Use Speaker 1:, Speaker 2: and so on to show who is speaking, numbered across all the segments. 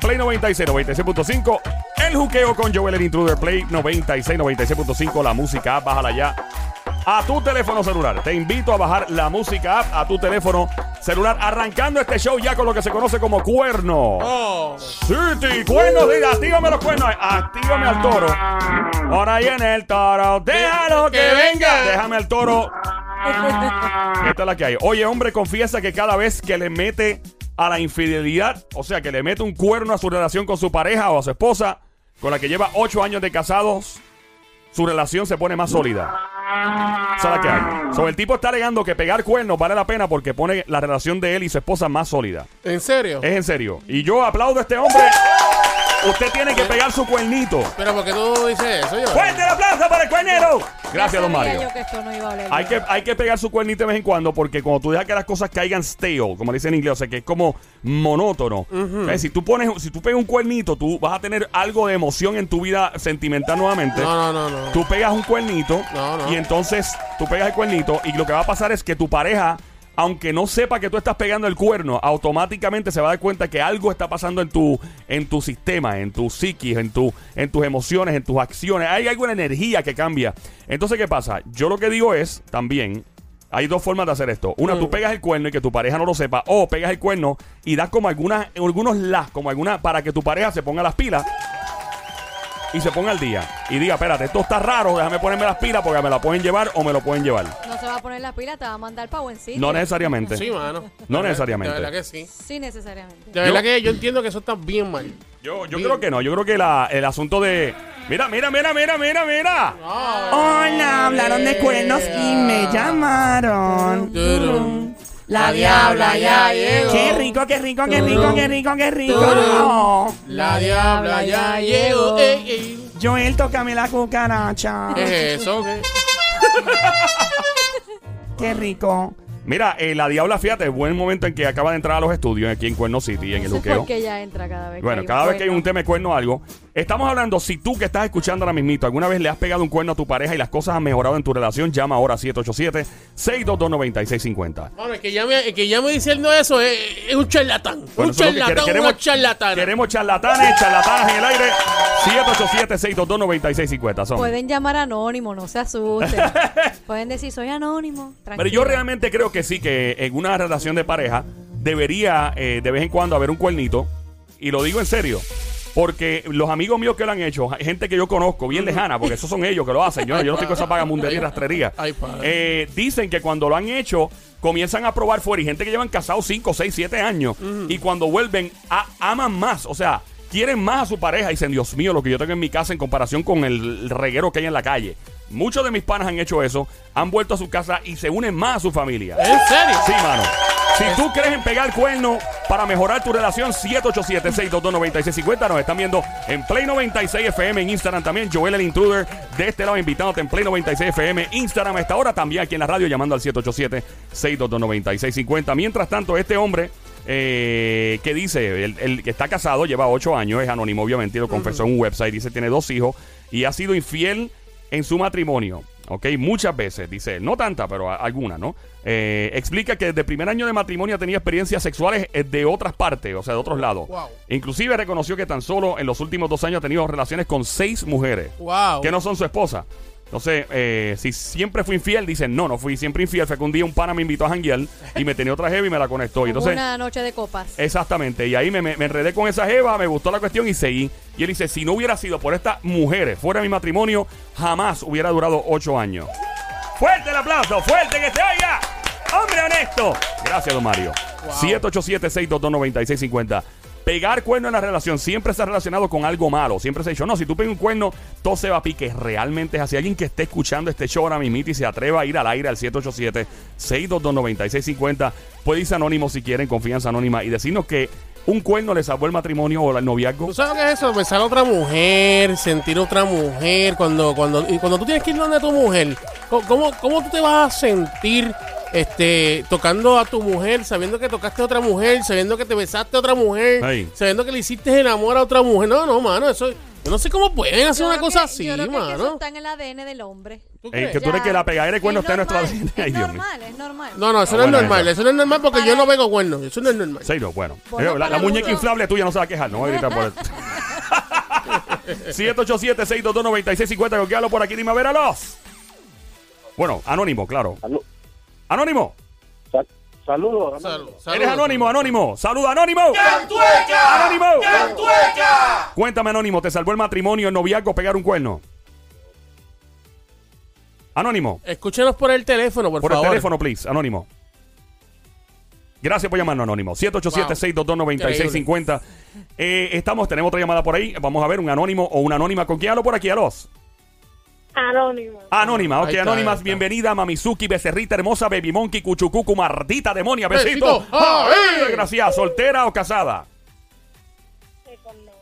Speaker 1: Play 96, 96.5. El juqueo con Joel el Intruder Play 96, 96.5. La música, bájala ya. A tu teléfono celular. Te invito a bajar la música app a tu teléfono celular. Arrancando este show ya con lo que se conoce como cuerno.
Speaker 2: Oh.
Speaker 1: City, cuernos, diga, actívame los cuernos, actívame al toro. Ahora viene el toro, déjalo que venga. Déjame al toro. Esta es la que hay. Oye, hombre, confiesa que cada vez que le mete a la infidelidad, o sea, que le mete un cuerno a su relación con su pareja o a su esposa, con la que lleva ocho años de casados, su relación se pone más sólida. Esa es la que hay. So, el tipo está alegando que pegar cuernos vale la pena porque pone la relación de él y su esposa más sólida.
Speaker 2: ¿En serio?
Speaker 1: Es en serio. Y yo aplaudo a este hombre. Usted tiene que pegar su cuernito.
Speaker 2: Pero ¿por qué tú dices eso, yo?
Speaker 1: ¡Fuerte el aplauso para el cuernero! Gracias, don
Speaker 3: sabía
Speaker 1: Mario.
Speaker 3: yo que esto no iba a oler
Speaker 1: Hay que,
Speaker 3: bien.
Speaker 1: hay que pegar su cuernito de vez en cuando porque cuando tú dejas que las cosas caigan stale, como dicen en inglés, o sea, que es como monótono. ¿Ves? Si tú pones, si tú pegas un cuernito, tú vas a tener algo de emoción en tu vida sentimental nuevamente.
Speaker 2: No, no, no, no.
Speaker 1: Tú pegas un cuernito
Speaker 2: No, no.
Speaker 1: y entonces tú pegas el cuernito y lo que va a pasar es que tu pareja, aunque no sepa que tú estás pegando el cuerno, automáticamente se va a dar cuenta que algo está pasando en tu, en tu sistema, en tu psiquis, en, tu, en tus emociones, en tus acciones. Hay alguna energía que cambia. Entonces, ¿qué pasa? Yo lo que digo es también... Hay dos formas de hacer esto. Una,
Speaker 2: Mm.
Speaker 1: tú pegas el cuerno y que tu pareja no lo sepa. O pegas el cuerno y das como algunas, algunos las, como alguna, para que tu pareja se ponga las pilas y se ponga al día y diga, espérate, esto está raro, déjame ponerme las pilas porque me la pueden llevar o me lo pueden llevar.
Speaker 3: No se va a poner la pila, te va a mandar para buen sitio.
Speaker 1: No necesariamente.
Speaker 2: Sí, mano.
Speaker 1: No necesariamente.
Speaker 2: De verdad que sí.
Speaker 3: Sí, necesariamente.
Speaker 2: De verdad que yo entiendo que eso está bien mal.
Speaker 1: Yo, yo
Speaker 2: Bien.
Speaker 1: creo que no, yo creo que la- el asunto de... Mira, mira, mira, mira, mira, mira.
Speaker 2: Ah,
Speaker 1: Oh.
Speaker 4: Hola, hablaron de cuernos y me llamaron.
Speaker 2: Turum.
Speaker 4: La
Speaker 2: diabla ya llegó.
Speaker 4: Qué rico, qué rico, qué rico, qué rico, qué rico.
Speaker 2: Turum. La diabla ya llegó. Ey, ey.
Speaker 4: Joel, tócame la cucaracha.
Speaker 2: ¿Qué es eso? ¿Qué?
Speaker 4: Qué rico.
Speaker 1: Mira, eh, la Diabla, fíjate, buen momento en que acaba de entrar a los estudios aquí en Cuerno City, en el
Speaker 3: No sé por
Speaker 1: Luqueo.
Speaker 3: qué ella entra cada vez
Speaker 1: Bueno,
Speaker 3: que
Speaker 1: cada vez que hay un
Speaker 3: cuerno.
Speaker 1: tema de cuerno o algo, estamos hablando, si tú que estás escuchando ahora mismito, alguna vez le has pegado un cuerno a tu pareja y las cosas han mejorado en tu relación, llama ahora 787-622-9650.
Speaker 2: Mano, el que llame, el que llame diciendo eso es, es un charlatán.
Speaker 1: Bueno,
Speaker 2: un
Speaker 1: eso es lo que
Speaker 2: charlatán,
Speaker 1: quiere-
Speaker 2: una charlatana.
Speaker 1: Queremos charlatanes, charlatanas en el aire. 787-622-9650. son.
Speaker 3: Pueden llamar anónimo, no se asusten. Pueden decir, soy anónimo. Tranquilo.
Speaker 1: Pero yo realmente creo que sí, que en una relación de pareja debería eh, de vez en cuando haber un cuernito. Y lo digo en serio. Porque los amigos míos que lo han hecho, gente que yo conozco, bien lejana, porque esos son ellos que lo hacen. Yo, yo no estoy con esa vagamundería y rastrería.
Speaker 2: Ay, padre.
Speaker 1: Eh, dicen que cuando lo han hecho, comienzan a probar fuera. Y gente que llevan casados 5, 6, 7 años. Y cuando vuelven, a- aman más. O sea, quieren más a su pareja. Y dicen, Dios mío, lo que yo tengo en mi casa en comparación con el reguero que hay en la calle. Muchos de mis panas han hecho eso. Han vuelto a su casa y se unen más a su familia.
Speaker 2: ¿En serio?
Speaker 1: Sí, mano. Si tú crees en pegar cuerno para mejorar tu relación, 787-622-9650. Nos están viendo en Play 96 FM, en Instagram también. Joel el Intruder, de este lado, invitándote en Play 96 FM, Instagram a esta hora. También aquí en la radio, llamando al 787-622-9650. Mientras tanto, este hombre eh, que dice, el, el que está casado, lleva ocho años, es anónimo, obviamente, y lo confesó en un website. Dice, tiene dos hijos y ha sido infiel en su matrimonio. ¿Ok? Muchas veces, dice él. No tanta, pero a- alguna, ¿no? Eh, explica que desde el primer año de matrimonio tenía experiencias sexuales eh, de otras partes, o sea, de otros lados.
Speaker 2: Wow.
Speaker 1: Inclusive reconoció que tan solo en los últimos dos años ha tenido relaciones con seis mujeres
Speaker 2: Wow.
Speaker 1: que no son su esposa. Entonces, eh, si siempre fui infiel, dicen, no, no fui siempre infiel. Fue que un día un pana me invitó a janguear y me tenía otra jeva y me la conectó. Y
Speaker 3: Hubo
Speaker 1: entonces, Eh,
Speaker 3: Una noche de copas.
Speaker 1: Exactamente, y ahí me, me- me enredé con esa jeva, me gustó la cuestión y seguí. Y él dice, si no hubiera sido por estas mujeres fuera de mi matrimonio, jamás hubiera durado ocho años. ¡Fuerte el aplauso! ¡Fuerte que se oiga! ¡Hombre honesto! Gracias, don Mario. 787-622-9650. Pegar cuerno en la relación siempre está relacionado con algo malo. Siempre se ha dicho, no, si tú pegas un cuerno, todo se va a pique. Realmente es así. Alguien que esté escuchando este show ahora mismo y se atreva a ir al aire al 787-622-9650, puede irse anónimo si quieren, confianza anónima, y decirnos que un cuerno le salvó el matrimonio o el noviazgo.
Speaker 2: ¿Tú sabes lo que es eso? Pensar a otra mujer, sentir a otra mujer. Cuando, cuando, y cuando tú tienes que ir donde tu mujer, co- ¿cómo, cómo tú te vas a sentir este, tocando a tu mujer, sabiendo que tocaste a otra mujer, sabiendo que te besaste a otra mujer,
Speaker 1: Ay.
Speaker 2: sabiendo que le hiciste el amor a otra mujer? No, no, mano, eso. Yo no sé cómo pueden hacer
Speaker 3: Yo
Speaker 2: una
Speaker 3: creo
Speaker 2: cosa
Speaker 3: que-
Speaker 2: así,
Speaker 3: yo creo que es que eso
Speaker 2: mano.
Speaker 3: está en el ADN del hombre.
Speaker 2: ¿Tú
Speaker 1: Eh,
Speaker 2: crees?
Speaker 1: que tú crees que la pegadera de cuernos
Speaker 3: cuernos
Speaker 1: está en nuestra Ay,
Speaker 3: Es
Speaker 1: Dios mío.
Speaker 3: normal, es normal.
Speaker 2: No, no, eso
Speaker 1: Ah,
Speaker 2: no es
Speaker 1: bueno,
Speaker 2: normal.
Speaker 1: eso.
Speaker 2: Eso no es normal porque
Speaker 3: Para-
Speaker 2: yo no vengo cuernos. Eso no es normal.
Speaker 1: Sí, no, bueno.
Speaker 3: Bueno,
Speaker 1: Eh, la, la
Speaker 3: para
Speaker 1: muñeca
Speaker 3: uno.
Speaker 1: inflable tuya no se va a quejar, no voy a gritar por eso. 787-622-9650, ¿con qué hablo por aquí? Dime a ver a los. Bueno, anónimo, claro.
Speaker 5: Salu-
Speaker 1: Anónimo,
Speaker 5: sal- Saludos.
Speaker 2: Salud,
Speaker 1: eres
Speaker 2: saludos.
Speaker 1: anónimo, anónimo. Saluda, anónimo. ¡Anónimo! Cuéntame, anónimo, ¿te salvó el matrimonio, el noviazgo, pegar un cuerno? Anónimo,
Speaker 2: Escúchenos por el teléfono, por,
Speaker 1: por
Speaker 2: favor.
Speaker 1: el teléfono, please, anónimo. Gracias por llamarnos, anónimo. 787-622-9650. Eh, estamos, tenemos otra llamada por ahí. Vamos a ver, un anónimo o una anónima. ¿Con quién hablo por aquí? A los.
Speaker 6: Anónimo.
Speaker 1: Anónima, ok,
Speaker 2: Ahí está, ahí
Speaker 1: anónimas,
Speaker 2: está.
Speaker 1: bienvenida, Mamizuki, Becerrita Hermosa, Baby Monkey, Cuchucucu, Mardita Demonia, besito.
Speaker 2: Besito. Ah, eh.
Speaker 1: Gracias, soltera o casada.
Speaker 6: Sí, con novio.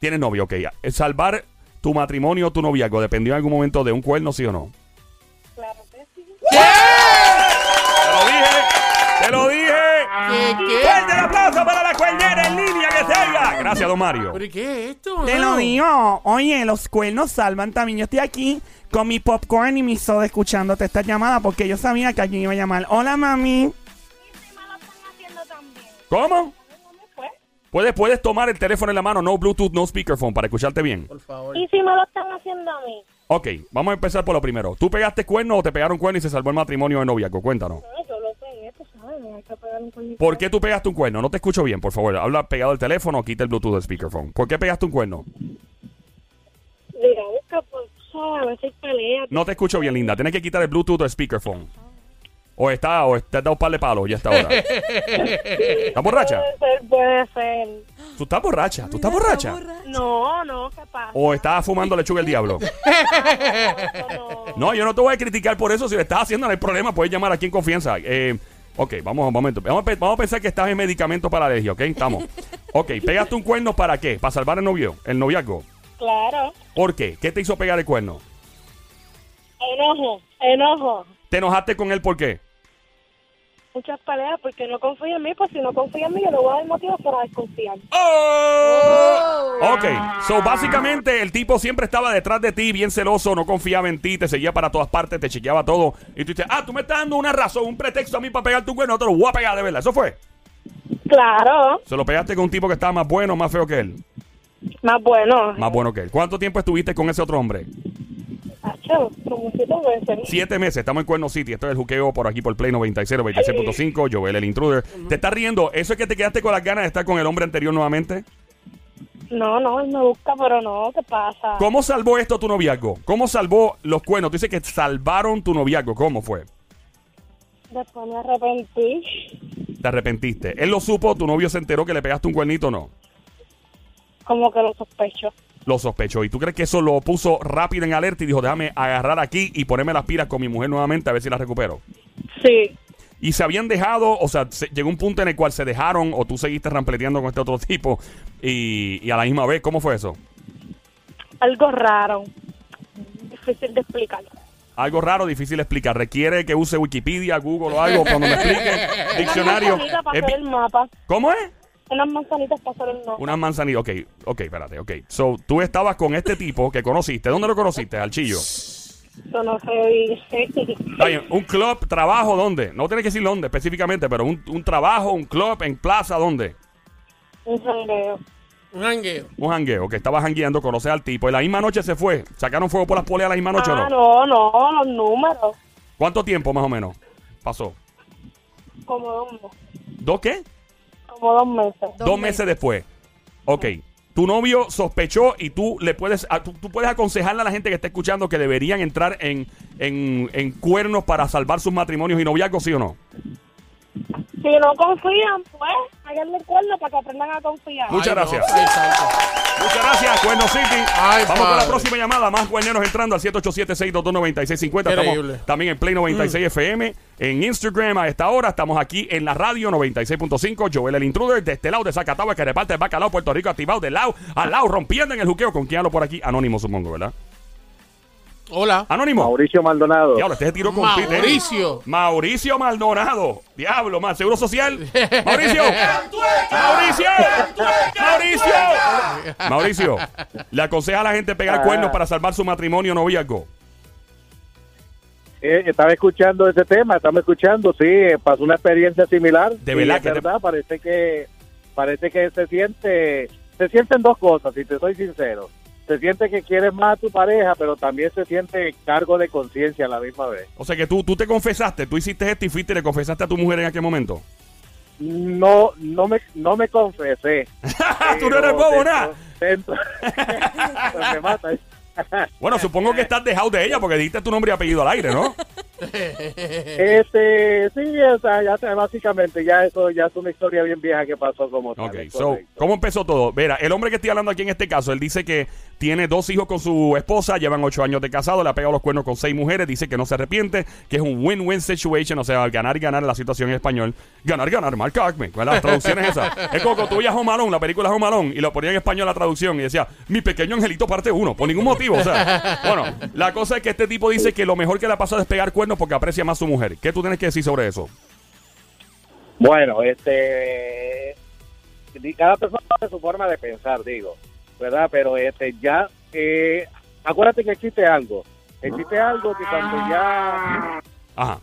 Speaker 1: Tienes novio, ok. Eh, Salvar tu matrimonio o tu noviazgo, dependió en algún momento de un cuerno, sí o no.
Speaker 6: Claro que sí.
Speaker 1: Te lo dije, te lo dije.
Speaker 2: ¿Qué,
Speaker 1: Fuerte
Speaker 2: qué?
Speaker 1: el aplauso para la cuernera en línea que se oiga. Gracias, don Mario.
Speaker 2: ¿Pero y qué es esto?
Speaker 4: Te
Speaker 2: mano?
Speaker 4: lo digo. Oye, los cuernos salvan también. Yo estoy aquí con mi popcorn y mi soda escuchándote esta llamada porque yo sabía que alguien iba a llamar. Hola, mami.
Speaker 6: me lo están haciendo también.
Speaker 1: ¿Cómo?
Speaker 6: ¿Cómo me fue?
Speaker 1: Puedes, puedes tomar el teléfono en la mano, no Bluetooth, no speakerphone, para escucharte bien.
Speaker 2: Por favor.
Speaker 6: ¿Y si me lo están haciendo a mí?
Speaker 1: Ok, vamos a empezar por lo primero. ¿Tú pegaste cuerno o te pegaron cuerno y se salvó el matrimonio de noviazgo? Cuéntanos.
Speaker 6: No, yo lo pegué, tú sabes, me hay que pegar un coño.
Speaker 1: ¿Por qué tú pegaste un cuerno? No te escucho bien, por favor. Habla pegado al teléfono o quita el Bluetooth del speakerphone. ¿Por qué pegaste un cuerno?
Speaker 6: Mira, busca, pues, sabes, a veces pelea.
Speaker 1: No te escucho bien, linda. Tienes que quitar el Bluetooth del speakerphone. O está, o te has dado un par de palos ya está ahora. ¿Estás borracha?
Speaker 6: Puede ser, puede ser.
Speaker 1: ¿Tú estás borracha? ¿Tú estás
Speaker 3: Mira,
Speaker 1: borracha?
Speaker 3: borracha.
Speaker 6: No, no, ¿qué pasa?
Speaker 1: ¿O estás fumando lechuga el diablo?
Speaker 6: No, no.
Speaker 1: No, yo no te voy a criticar por eso. Si lo estás haciendo, no hay problema. Puedes llamar aquí en confianza. Eh, ok, vamos un momento. Vamos a, pe- vamos a pensar que estás en medicamento para alergia, ¿ok? Estamos. Ok, pegaste un cuerno para qué? Para salvar el novio, el noviazgo.
Speaker 6: Claro.
Speaker 1: ¿Por qué? ¿Qué te hizo pegar el cuerno?
Speaker 6: Enojo, enojo.
Speaker 1: ¿Te enojaste con él por qué?
Speaker 6: Muchas peleas porque no confía en mí, pues si no confía en mí, yo le voy a dar motivo para desconfiar.
Speaker 1: Ok, so básicamente el tipo siempre estaba detrás de ti, bien celoso, no confiaba en ti, te seguía para todas partes, te chequeaba todo. Y tú dices, ah, tú me estás dando una razón, un pretexto a mí para pegar tu cuerno, no te lo voy a pegar de verdad. Eso fue.
Speaker 6: Claro,
Speaker 1: Se lo pegaste con un tipo que estaba más bueno, más feo que él.
Speaker 6: más bueno.
Speaker 1: Más bueno que él. ¿Cuánto tiempo estuviste con ese otro hombre?
Speaker 6: Hacho, como si tú ves,
Speaker 1: Siete meses, estamos en Cuerno City. Esto es el juqueo por aquí por Play 96, 96.5. Joel el intruder. ¿Te estás riendo? ¿Eso es que te quedaste con las ganas de estar con el hombre anterior nuevamente?
Speaker 6: No, no, él me busca, pero no, ¿qué pasa?
Speaker 1: ¿Cómo salvó esto tu noviazgo? ¿Cómo salvó los cuernos? Tú dices que salvaron tu noviazgo. ¿Cómo fue?
Speaker 6: Después me arrepentí.
Speaker 1: ¿Te arrepentiste? ¿Él lo supo? ¿Tu novio se enteró que le pegaste un cuernito o no?
Speaker 6: Como que lo sospecho.
Speaker 1: Lo sospechó. ¿Y tú crees que eso lo puso rápido en alerta y dijo, déjame agarrar aquí y ponerme las pilas con mi mujer nuevamente a ver si la recupero?
Speaker 6: Sí.
Speaker 1: Y se habían dejado, o sea, se- llegó un punto en el cual se dejaron o tú seguiste rampleteando con este otro tipo y, y a la misma vez, ¿cómo fue eso?
Speaker 6: Algo raro. Difícil de explicar.
Speaker 1: Algo raro, difícil de explicar. Requiere que use Wikipedia, Google o algo cuando me explique. Diccionario.
Speaker 6: Unas manzanitas para
Speaker 1: Es
Speaker 6: hacer
Speaker 1: bi-
Speaker 6: el mapa.
Speaker 1: ¿Cómo es?
Speaker 6: Unas manzanitas para hacer el mapa.
Speaker 1: Unas manzanitas. Ok, ok, espérate, ok. So, tú estabas con este tipo que conociste. ¿Dónde lo conociste? Al chillo.
Speaker 6: Eso no se dice.
Speaker 1: Está bien, Un club, trabajo, ¿dónde? No tienes que decir dónde específicamente, pero un, un trabajo, un club, en plaza, ¿dónde?
Speaker 6: Un jangueo.
Speaker 2: Un jangueo.
Speaker 1: Un jangueo, que estabas jangueando, conoces al tipo. Y la misma noche se fue. ¿Sacaron fuego por las poleas la misma noche o
Speaker 6: Ah,
Speaker 1: no?
Speaker 6: no, no, los números.
Speaker 1: ¿Cuánto tiempo más o menos pasó?
Speaker 6: Como dos, meses,
Speaker 1: ¿Dos qué?
Speaker 6: como dos meses.
Speaker 1: Dos, meses después. Ok. Tu novio sospechó y tú le puedes, a- tú, tú puedes aconsejarle a la gente que está escuchando que deberían entrar en, en, en cuernos para salvar sus matrimonios y noviazgos, ¿sí o no?
Speaker 6: Si no confían, pues, háganle el cuerno para que aprendan a confiar.
Speaker 1: Muchas
Speaker 2: Ay, no,
Speaker 1: gracias.
Speaker 2: ay, santo.
Speaker 1: Muchas gracias, Cuerno City.
Speaker 2: Ay,
Speaker 1: Vamos con la
Speaker 2: padre.
Speaker 1: próxima llamada. Más cuerneros entrando al 787-622-9650.
Speaker 2: Increíble.
Speaker 1: Estamos también en Play 96 FM. En Instagram a esta hora. Estamos aquí en la radio 96.5. Joel el Intruder de este lado de Zacatagua que reparte el bacalao Puerto Rico activado de lado a lado rompiendo en el juqueo. ¿Con quién hablo por aquí? Anónimo, supongo, ¿verdad?
Speaker 2: Hola.
Speaker 1: Anónimo.
Speaker 5: Mauricio Maldonado.
Speaker 1: Diablo, este se tiró con Tite.
Speaker 2: Mauricio.
Speaker 1: Mauricio Maldonado. Diablo, más Seguro Social. Mauricio. Mauricio. Mauricio. Mauricio. Le aconseja a la gente pegar
Speaker 5: Ah.
Speaker 1: cuernos para salvar su matrimonio noviazgo.
Speaker 5: Eh, estaba escuchando ese tema, estamos escuchando, sí, eh, pasó una experiencia similar.
Speaker 1: De
Speaker 5: Y
Speaker 1: verdad
Speaker 5: es
Speaker 1: que te-
Speaker 5: parece que parece que se siente, se sienten dos cosas, si te soy sincero. Se siente que quieres más a tu pareja, pero también se siente cargo de conciencia a la misma vez.
Speaker 1: O sea que tú, tú te confesaste, tú hiciste esto y fuiste y le confesaste a tu mujer en aquel momento.
Speaker 5: No, no me, no me confesé.
Speaker 1: Tú no eres
Speaker 5: Pero
Speaker 1: bobo,
Speaker 5: dentro-
Speaker 1: nada.
Speaker 5: dentro- Pues me mata.
Speaker 1: Bueno, supongo que estás dejado de ella porque dijiste tu nombre y apellido al aire, ¿no?
Speaker 5: Este, sí, o sea, ya sé, básicamente ya eso ya es una historia bien vieja que pasó como tal.
Speaker 1: Ok,
Speaker 5: es
Speaker 1: so,
Speaker 5: correcto.
Speaker 1: ¿cómo empezó todo? Mira, el hombre que estoy hablando aquí en este caso, él dice que tiene dos hijos con su esposa, llevan ocho años de casado, le ha pegado los cuernos con seis mujeres, dice que no se arrepiente, que es un win-win situation, o sea, ganar y ganar la situación en español. Ganar, ganar, Mark Acme, ¿cuál es la traducción es esa? Es como cuando tú veías Home Alone, la película Home Alone, y lo ponía en español la traducción y decía, mi pequeño angelito parte uno, por ningún motivo, o sea. Bueno, la cosa es que este tipo dice que lo mejor que le ha pasado es pegar cuernos porque aprecia más a su mujer. ¿Qué tú tienes que decir sobre eso?
Speaker 5: Bueno, este, di- cada persona tiene su forma de pensar, digo, ¿verdad? Pero este, ya, eh, acuérdate que existe algo, existe algo que cuando ya,
Speaker 1: Ajá.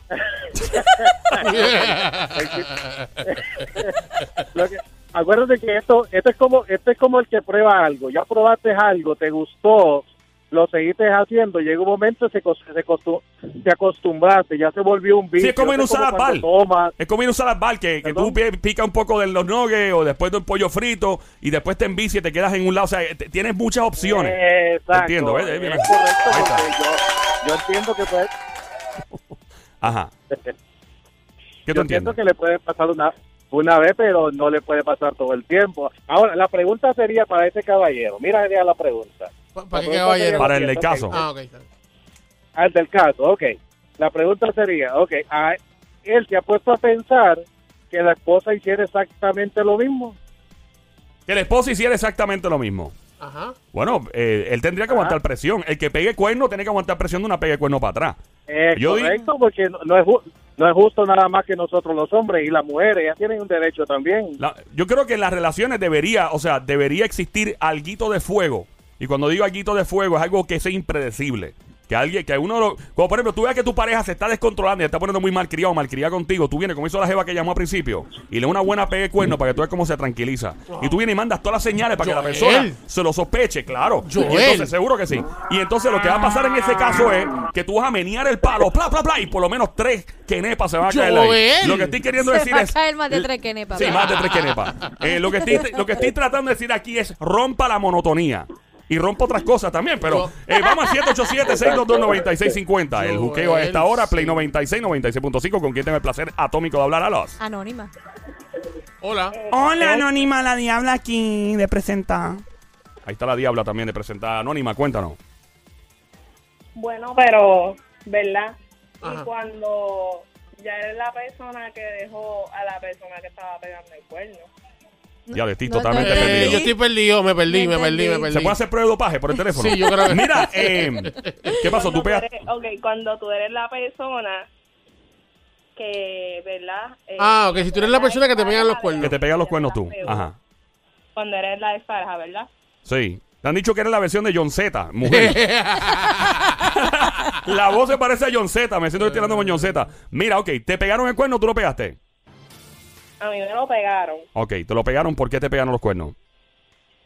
Speaker 5: lo que- acuérdate que esto, esto es como, esto es como el que prueba algo, ya probaste algo, te gustó, lo seguiste haciendo, llega un momento se, cos- se, costu- te acostumbraste, ya se volvió un vicio.
Speaker 1: es como
Speaker 5: esto
Speaker 1: inusada
Speaker 5: cuando
Speaker 1: pal.
Speaker 5: tomas.
Speaker 1: Es como ir a usar las bar, que, que tú
Speaker 5: ¿Perdón?
Speaker 1: pi- pica un poco de los nuggets o después del pollo frito y después te envicia y te quedas en un lado. O sea, eh, te- tienes muchas opciones.
Speaker 5: Eh. Exacto.
Speaker 1: Entiendo, ¿ves? Eh, mira.
Speaker 5: Es correcto,
Speaker 1: Ahí está.
Speaker 5: porque yo, yo entiendo que puede-
Speaker 1: Ajá. ¿Qué tú
Speaker 5: yo entiendo
Speaker 1: entiendes?
Speaker 5: que le puede pasar una una vez, pero no le puede pasar todo el tiempo. Ahora, la pregunta sería para este caballero. Mira, sería la pregunta.
Speaker 2: ¿Para,
Speaker 5: La
Speaker 2: qué
Speaker 5: pregunta
Speaker 2: caballero?
Speaker 5: sería
Speaker 1: Para
Speaker 5: la
Speaker 1: el del
Speaker 5: siguiente,
Speaker 1: caso.
Speaker 5: ok.
Speaker 2: Ah, ok. está bien.
Speaker 5: Al Ah, del caso, ok. La pregunta sería, ok, a él se ha puesto a pensar que la esposa hiciera exactamente lo mismo.
Speaker 1: Que el esposo hiciera exactamente lo mismo.
Speaker 2: Ajá.
Speaker 1: Bueno, eh, él tendría que aguantar presión. El que pegue cuerno tiene que aguantar presión de una pegue cuerno para atrás.
Speaker 5: Es
Speaker 1: Yo di-
Speaker 5: correcto, porque no, no es ju- no es justo nada más que nosotros los hombres y las mujeres, ellas tienen un derecho también.
Speaker 1: La- yo creo que en las relaciones debería, o sea, debería existir alguito de fuego. Y cuando digo alguito de fuego es algo que es impredecible. Que alguien, que uno lo- Como por ejemplo, tú veas que tu pareja se está descontrolando y está poniendo muy malcriado o malcriada contigo. Tú vienes, como hizo la jeva que llamó al principio, y le das una buena pegue cuerno para que tú veas cómo se tranquiliza. Y tú vienes y mandas todas las señales para
Speaker 2: Mm. Joel.
Speaker 1: que la persona se lo sospeche, claro. Y
Speaker 2: Joel.
Speaker 1: entonces, seguro que sí. Y entonces lo que va a pasar en ese caso es que tú vas a menear el palo, bla, bla, bla, y por lo menos tres quenepas se van a caer ahí.
Speaker 2: Joel.
Speaker 1: Lo que estoy queriendo
Speaker 3: Se
Speaker 1: decir
Speaker 3: va a
Speaker 1: es.
Speaker 3: caer más de tres quenepas.
Speaker 1: Sí, más de tres quenepas. Eh, lo, que estoy, lo que estoy tratando de decir aquí es rompa la monotonía. Y rompa otras cosas también, pero eh, vamos a 787-622-9650. El juqueo a esta hora, Play 96, 96.5, con quien tengo el placer atómico de hablar a los.
Speaker 3: Anónima.
Speaker 2: Hola.
Speaker 4: Hola,
Speaker 2: Eh.
Speaker 4: Anónima, la diabla aquí de presentar.
Speaker 1: Ahí está la diabla también de presentada anónima, cuéntanos.
Speaker 6: Bueno, pero, ¿verdad?
Speaker 2: Ajá.
Speaker 6: Y cuando ya eres la persona que dejó a la persona que estaba pegando el cuerno.
Speaker 1: Ya le estoy
Speaker 3: No, no
Speaker 1: totalmente
Speaker 2: Eh,
Speaker 1: perdido.
Speaker 2: yo estoy perdido, me perdí, me perdí, me
Speaker 3: entendí.
Speaker 2: perdí.
Speaker 1: ¿Se puede hacer prueba de dopaje por el teléfono?
Speaker 2: Sí, yo creo que-
Speaker 1: Mira, eh, ¿qué pasó?
Speaker 6: Cuando
Speaker 1: ¿Tú pegas?
Speaker 6: eres- ok, cuando tú eres la persona que, ¿verdad? Eh,
Speaker 2: Ah, ok, si tú eres la persona que te pegan los cuernos.
Speaker 1: Que te pegan los cuernos tú. Ajá.
Speaker 6: Cuando eres la despareja, ¿verdad?
Speaker 1: Sí. Te han dicho que era la versión de John Z, mujer. la voz se parece a John Z, me siento que estoy hablando con John Z. Mira, ok, te pegaron el cuerno, tú lo pegaste.
Speaker 6: A mí me lo pegaron.
Speaker 1: Ok, te lo pegaron, ¿por qué te pegaron los cuernos?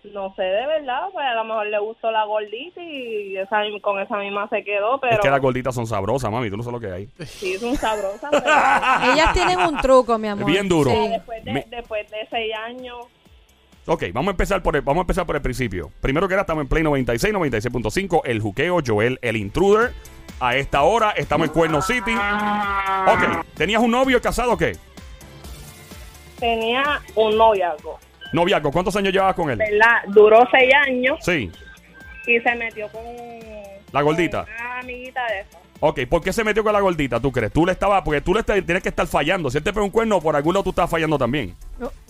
Speaker 6: No sé de verdad, pues a lo mejor le gustó la gordita y esa, con esa misma se quedó, pero
Speaker 1: Es que las gorditas son sabrosas, mami, tú no sabes lo que hay.
Speaker 6: sí es un sabrosa. pero-
Speaker 3: Ellas tienen un truco, mi amor.
Speaker 1: Bien duro.
Speaker 3: Sí.
Speaker 6: después, de,
Speaker 1: Me-
Speaker 6: después de seis años,
Speaker 1: Ok, vamos a empezar por el, vamos a empezar por el principio. Primero que nada, estamos en Play 96, 96.5, el juqueo, Joel, el intruder. A esta hora estamos en Cuerno City. Ok, ¿tenías un novio casado o qué?
Speaker 6: tenía un noviazgo,
Speaker 1: Noviazgo, ¿cuántos años llevabas con él?
Speaker 6: ¿verdad? Duró seis años
Speaker 1: Sí,
Speaker 6: y se metió con...
Speaker 1: La gordita.
Speaker 6: con una amiguita de eso.
Speaker 1: Ok, ¿por qué se metió con la gordita? ¿Tú crees? Tú le estabas, porque tú le estás- tienes que estar fallando. Si él te pega un cuerno, por algún lado tú estás fallando también.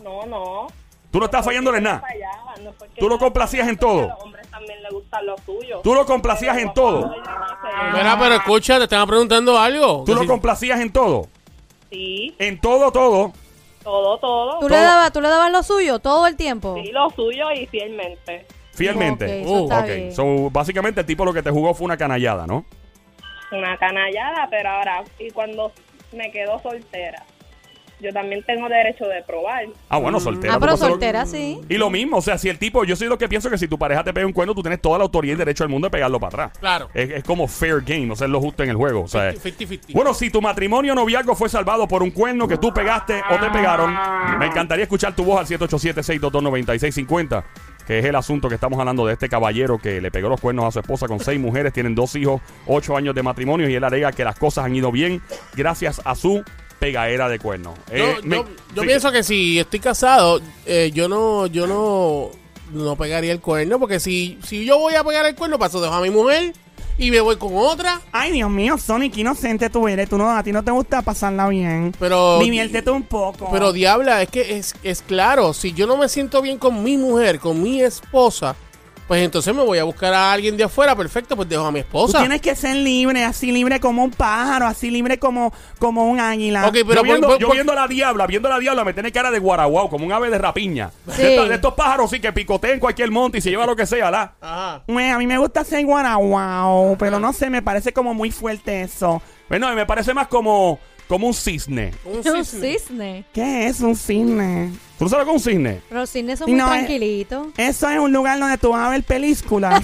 Speaker 6: No, no.
Speaker 1: Tú no estás fallándole en nada.
Speaker 6: Fallaba, no fue que
Speaker 1: Tú lo
Speaker 6: no,
Speaker 1: complacías en todo.
Speaker 6: A los hombres también les gustan lo suyo.
Speaker 1: Tú lo complacías en todo.
Speaker 2: Mira, pero escucha, te estaban preguntando algo.
Speaker 1: Tú
Speaker 2: Que
Speaker 1: lo
Speaker 2: si-
Speaker 1: complacías en todo.
Speaker 6: Sí,
Speaker 1: En todo, todo.
Speaker 6: todo, todo.
Speaker 3: ¿Tú le, dabas, ¿Tú le dabas lo suyo todo el tiempo?
Speaker 6: Sí, lo suyo y fielmente.
Speaker 1: Fielmente.
Speaker 3: Ok, eso
Speaker 1: Uh,
Speaker 3: está
Speaker 1: ok.
Speaker 3: bien. Ah,
Speaker 1: So, básicamente el tipo lo que te jugó fue una canallada, ¿no?
Speaker 6: una canallada, pero ahora, y cuando me quedo soltera, yo también tengo derecho de probar.
Speaker 1: Ah, bueno, soltera.
Speaker 3: Ah, pero
Speaker 1: tú pasas lo-
Speaker 3: soltera sí.
Speaker 1: Y lo mismo, o sea, si el tipo, yo soy lo que pienso que si tu pareja te pega un cuerno, tú tienes toda la autoridad y el derecho del mundo de pegarlo para atrás.
Speaker 2: Claro.
Speaker 1: Es, es como fair game, o sea, es lo justo en el juego. O sea,
Speaker 2: 50-50.
Speaker 1: Bueno, si tu matrimonio o noviazgo fue salvado por un cuerno que tú pegaste o te pegaron, me encantaría escuchar tu voz al 787-622-9650, que es el asunto que estamos hablando de este caballero que le pegó los cuernos a su esposa con seis mujeres, tienen dos hijos, ocho años de matrimonio y él alega que las cosas han ido bien gracias a su pegaera de cuernos.
Speaker 2: Yo,
Speaker 1: Eh, me-
Speaker 2: yo- yo
Speaker 1: sí,
Speaker 2: pienso que si estoy casado, eh, yo no, yo no, no pegaría el cuerno, porque si, si yo voy a pegar el cuerno, paso dejo a mi mujer y me voy con otra.
Speaker 4: Ay, Dios mío, Sonic, qué inocente tú eres. Tú no, a ti no te gusta pasarla bien.
Speaker 2: Pero,
Speaker 4: Diviértete un poco.
Speaker 2: pero diabla, es que es, es claro, si yo no me siento bien con mi mujer, con mi esposa, pues entonces me voy a buscar a alguien de afuera, perfecto, pues dejo a mi
Speaker 4: tú
Speaker 2: esposa.
Speaker 4: tienes que ser libre, así libre como un pájaro, así libre como, como un águila.
Speaker 2: Ok, pero
Speaker 1: yo viendo,
Speaker 2: por-
Speaker 1: yo
Speaker 2: por-
Speaker 1: viendo a la diabla, viendo a la diabla, me tiene cara de guaraguao, como un ave de rapiña.
Speaker 3: Sí.
Speaker 1: De, esta- de estos pájaros sí que picotean en cualquier monte y se lleva lo que sea, la.
Speaker 2: Ajá.
Speaker 4: Bueno, a mí me gusta ser guaraguao, pero no sé, me parece como muy fuerte eso.
Speaker 1: Bueno, me parece más como, como un cisne.
Speaker 2: Un
Speaker 3: Un
Speaker 2: cisne.
Speaker 3: cisne.
Speaker 4: ¿Qué es un cisne?
Speaker 1: ¿Tú no sabes lo que es un cisne?
Speaker 3: Pero los cisnes son
Speaker 4: Y
Speaker 3: muy
Speaker 4: no, eh.
Speaker 3: tranquilitos.
Speaker 4: Eso es un lugar donde tú vas a ver películas.